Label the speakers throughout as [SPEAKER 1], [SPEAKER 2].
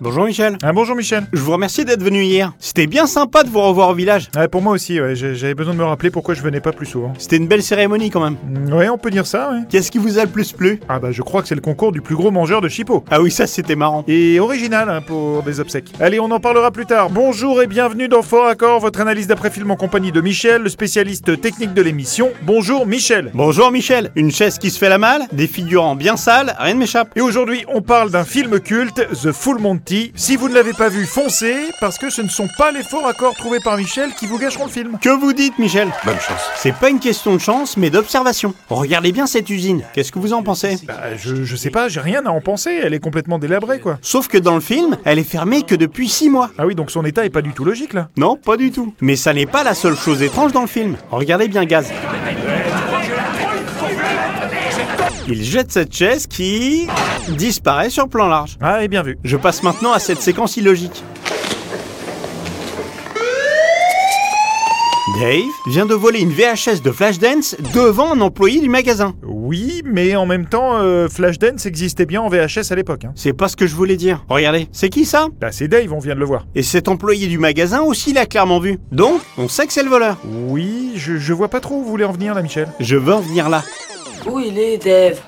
[SPEAKER 1] Bonjour Michel.
[SPEAKER 2] Ah, bonjour Michel.
[SPEAKER 1] Je vous remercie d'être venu hier. C'était bien sympa de vous revoir au village.
[SPEAKER 2] Ouais, Ah, pour moi aussi, ouais, j'ai- j'avais besoin de me rappeler pourquoi je venais pas plus souvent.
[SPEAKER 1] C'était une belle cérémonie quand même.
[SPEAKER 2] Mm, Ouais, on peut dire ça, ouais.
[SPEAKER 1] Qu'est-ce qui vous a le plus plu
[SPEAKER 2] Ah bah je crois que c'est le concours du plus gros mangeur de chipo.
[SPEAKER 1] Ah oui, ça c'était marrant.
[SPEAKER 2] Et original hein, pour des obsèques. Allez, on en parlera plus tard. Bonjour et bienvenue dans Fort Accord, votre analyse d'après-film en compagnie de Michel, le spécialiste technique de l'émission. Bonjour Michel.
[SPEAKER 1] Bonjour Michel. Une chaise qui se fait la malle, des figurants bien sales, rien ne m'échappe.
[SPEAKER 2] Et aujourd'hui, on parle d'un film culte, The Full Monty. Si vous ne l'avez pas vu, foncez, parce que ce ne sont pas les forts accords trouvés par Michel qui vous gâcheront le film.
[SPEAKER 1] Que vous dites Michel
[SPEAKER 3] Bonne chance.
[SPEAKER 1] C'est pas une question de chance, mais d'observation. Regardez bien cette usine. Qu'est-ce que vous en pensez
[SPEAKER 2] Bah, je, je sais pas, j'ai rien à en penser, elle est complètement délabrée, quoi.
[SPEAKER 1] Sauf que dans le film, elle est fermée que depuis 6 mois.
[SPEAKER 2] Ah oui, donc son état est pas du tout logique, là.
[SPEAKER 1] Non, pas du tout. Mais ça n'est pas la seule chose étrange dans le film. Regardez bien Gaz. Il jette cette chaise qui disparaît sur plan large.
[SPEAKER 2] Ah, et bien vu.
[SPEAKER 1] Je passe maintenant à cette séquence illogique. Dave vient de voler une VHS de Flashdance devant un employé du magasin.
[SPEAKER 2] Oui, mais en même temps, euh, Flashdance existait bien en VHS à l'époque. Hein.
[SPEAKER 1] C'est pas ce que je voulais dire. Regardez, c'est qui ça
[SPEAKER 2] Bah, c'est Dave, on vient de le voir.
[SPEAKER 1] Et cet employé du magasin aussi l'a clairement vu. Donc, on sait que c'est le voleur.
[SPEAKER 2] Oui, je, je vois pas trop où vous voulez en venir, là, Michel.
[SPEAKER 1] Je veux en venir là.
[SPEAKER 4] Où il est, Dave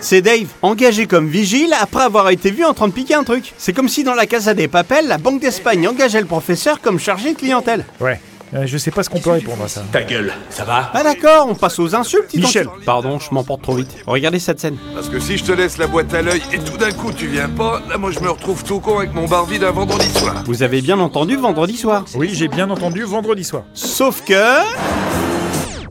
[SPEAKER 1] C'est Dave, engagé comme vigile après avoir été vu en train de piquer un truc. C'est comme si dans la Casa des Papels, la Banque d'Espagne engageait le professeur comme chargé de clientèle.
[SPEAKER 2] Ouais. Euh, je sais pas ce qu'on peut répondre à ça.
[SPEAKER 3] Ta gueule, ça va
[SPEAKER 1] Ah d'accord, on passe aux insultes, dis donc.
[SPEAKER 2] Michel.
[SPEAKER 1] Pardon, je m'emporte trop vite. Regardez cette scène.
[SPEAKER 3] Parce que si je te laisse la boîte à l'œil et tout d'un coup tu viens pas, là moi je me retrouve tout con avec mon bar vide un vendredi soir.
[SPEAKER 1] Vous avez bien entendu vendredi soir.
[SPEAKER 2] Oui, j'ai bien entendu vendredi soir.
[SPEAKER 1] Sauf que...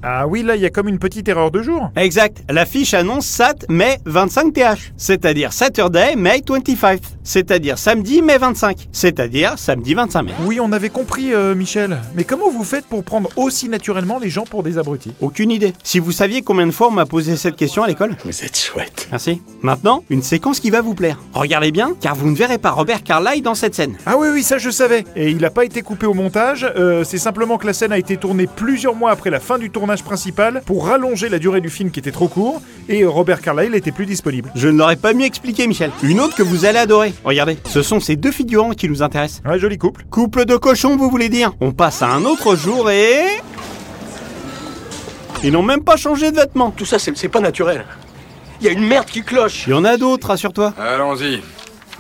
[SPEAKER 2] Ah oui, là, il y a comme une petite erreur de jour.
[SPEAKER 1] Exact, l'affiche annonce SAT mai 25 TH, c'est-à-dire Saturday May 25, c'est-à-dire samedi mai 25, c'est-à-dire samedi 25 mai.
[SPEAKER 2] Oui, on avait compris, euh, Michel. Mais comment vous faites pour prendre aussi naturellement les gens pour des abrutis
[SPEAKER 1] Aucune idée. Si vous saviez combien de fois on m'a posé cette question à l'école
[SPEAKER 3] Vous êtes chouette.
[SPEAKER 1] Merci. Maintenant, une séquence qui va vous plaire. Regardez bien, car vous ne verrez pas Robert Carlyle dans cette scène.
[SPEAKER 2] Ah oui, oui, ça je savais. Et il n'a pas été coupé au montage. euh, c'est simplement que la scène a été tournée plusieurs mois après la fin du tournage principal pour rallonger la durée du film qui était trop court. Et euh, Robert Carlyle était plus disponible.
[SPEAKER 1] Je ne l'aurais pas mieux expliqué, Michel. Une autre que vous allez adorer. Regardez, ce sont ces deux figurants qui nous intéressent.
[SPEAKER 2] Ouais, joli couple.
[SPEAKER 1] Couple de cochons, vous voulez dire On passe à un autre jour et... Ils n'ont même pas changé de vêtements.
[SPEAKER 5] Tout ça, c'est c'est pas naturel. Il y a une merde qui cloche.
[SPEAKER 1] Il y en a d'autres, rassure-toi.
[SPEAKER 3] Allons-y.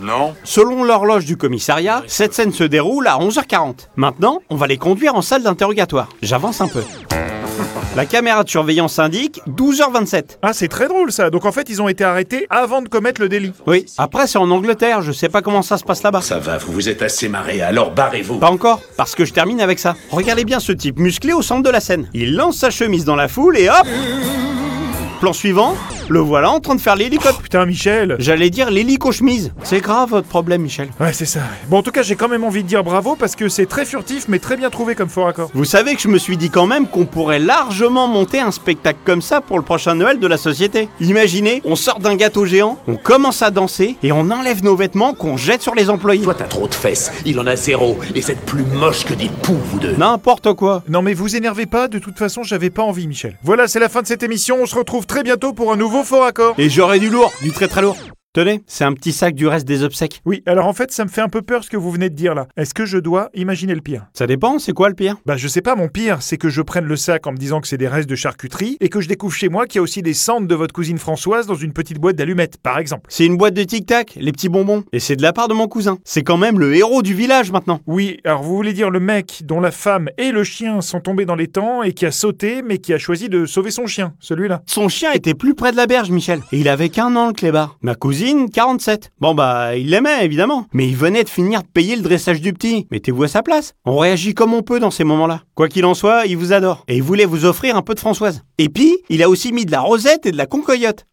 [SPEAKER 3] Non
[SPEAKER 1] Selon l'horloge du commissariat, cette scène se déroule à 11h40. Maintenant, on va les conduire en salle d'interrogatoire. J'avance un peu. La caméra de surveillance indique 12h27.
[SPEAKER 2] Ah, c'est très drôle ça. Donc en fait, ils ont été arrêtés avant de commettre le délit.
[SPEAKER 1] Oui, après c'est en Angleterre, je sais pas comment ça se passe là-bas.
[SPEAKER 6] Ça va, vous vous êtes assez marré, alors barrez-vous.
[SPEAKER 1] Pas encore, parce que je termine avec ça. Regardez bien ce type musclé au centre de la scène. Il lance sa chemise dans la foule et hop Plan suivant, le voilà en train de faire l'hélicoptère.
[SPEAKER 2] Putain, Michel.
[SPEAKER 1] J'allais dire l'hélico-chemise. C'est grave votre problème, Michel.
[SPEAKER 2] Ouais, c'est ça. Bon, en tout cas, j'ai quand même envie de dire bravo parce que c'est très furtif, mais très bien trouvé comme fort accord.
[SPEAKER 1] Vous savez que je me suis dit quand même qu'on pourrait largement monter un spectacle comme ça pour le prochain Noël de la société. Imaginez, on sort d'un gâteau géant, on commence à danser et on enlève nos vêtements qu'on jette sur les employés.
[SPEAKER 6] Toi, t'as trop de fesses, il en a zéro, et c'est plus moche que des poux, vous deux.
[SPEAKER 1] N'importe quoi.
[SPEAKER 2] Non mais vous énervez pas, de toute façon j'avais pas envie Michel. Voilà, c'est la fin de cette émission, on se retrouve très bientôt pour un nouveau fort accord.
[SPEAKER 1] Et j'aurai du lourd, du très très lourd. Tenez, c'est un petit sac du reste des obsèques.
[SPEAKER 2] Oui, alors en fait, ça me fait un peu peur ce que vous venez de dire là. Est-ce que je dois imaginer le pire
[SPEAKER 1] Ça dépend, c'est quoi le pire
[SPEAKER 2] Bah, je sais pas, mon pire, c'est que je prenne le sac en me disant que c'est des restes de charcuterie et que je découvre chez moi qu'il y a aussi des cendres de votre cousine Françoise dans une petite boîte d'allumettes, par exemple.
[SPEAKER 1] C'est une boîte de tic-tac, les petits bonbons. Et c'est de la part de mon cousin. C'est quand même le héros du village maintenant.
[SPEAKER 2] Oui, alors vous voulez dire le mec dont la femme et le chien sont tombés dans les temps et qui a sauté mais qui a choisi de sauver son chien, celui-là.
[SPEAKER 1] Son chien était plus près de la berge, Michel. Et il avait qu'un an, le clébard. Ma cousine, 47. Bon bah, il l'aimait, évidemment. Mais il venait de finir de payer le dressage du petit. Mettez-vous à sa place. On réagit comme on peut dans ces moments-là. Quoi qu'il en soit, il vous adore. Et il voulait vous offrir un peu de Françoise. Et puis, il a aussi mis de la rosette et de la concoyote.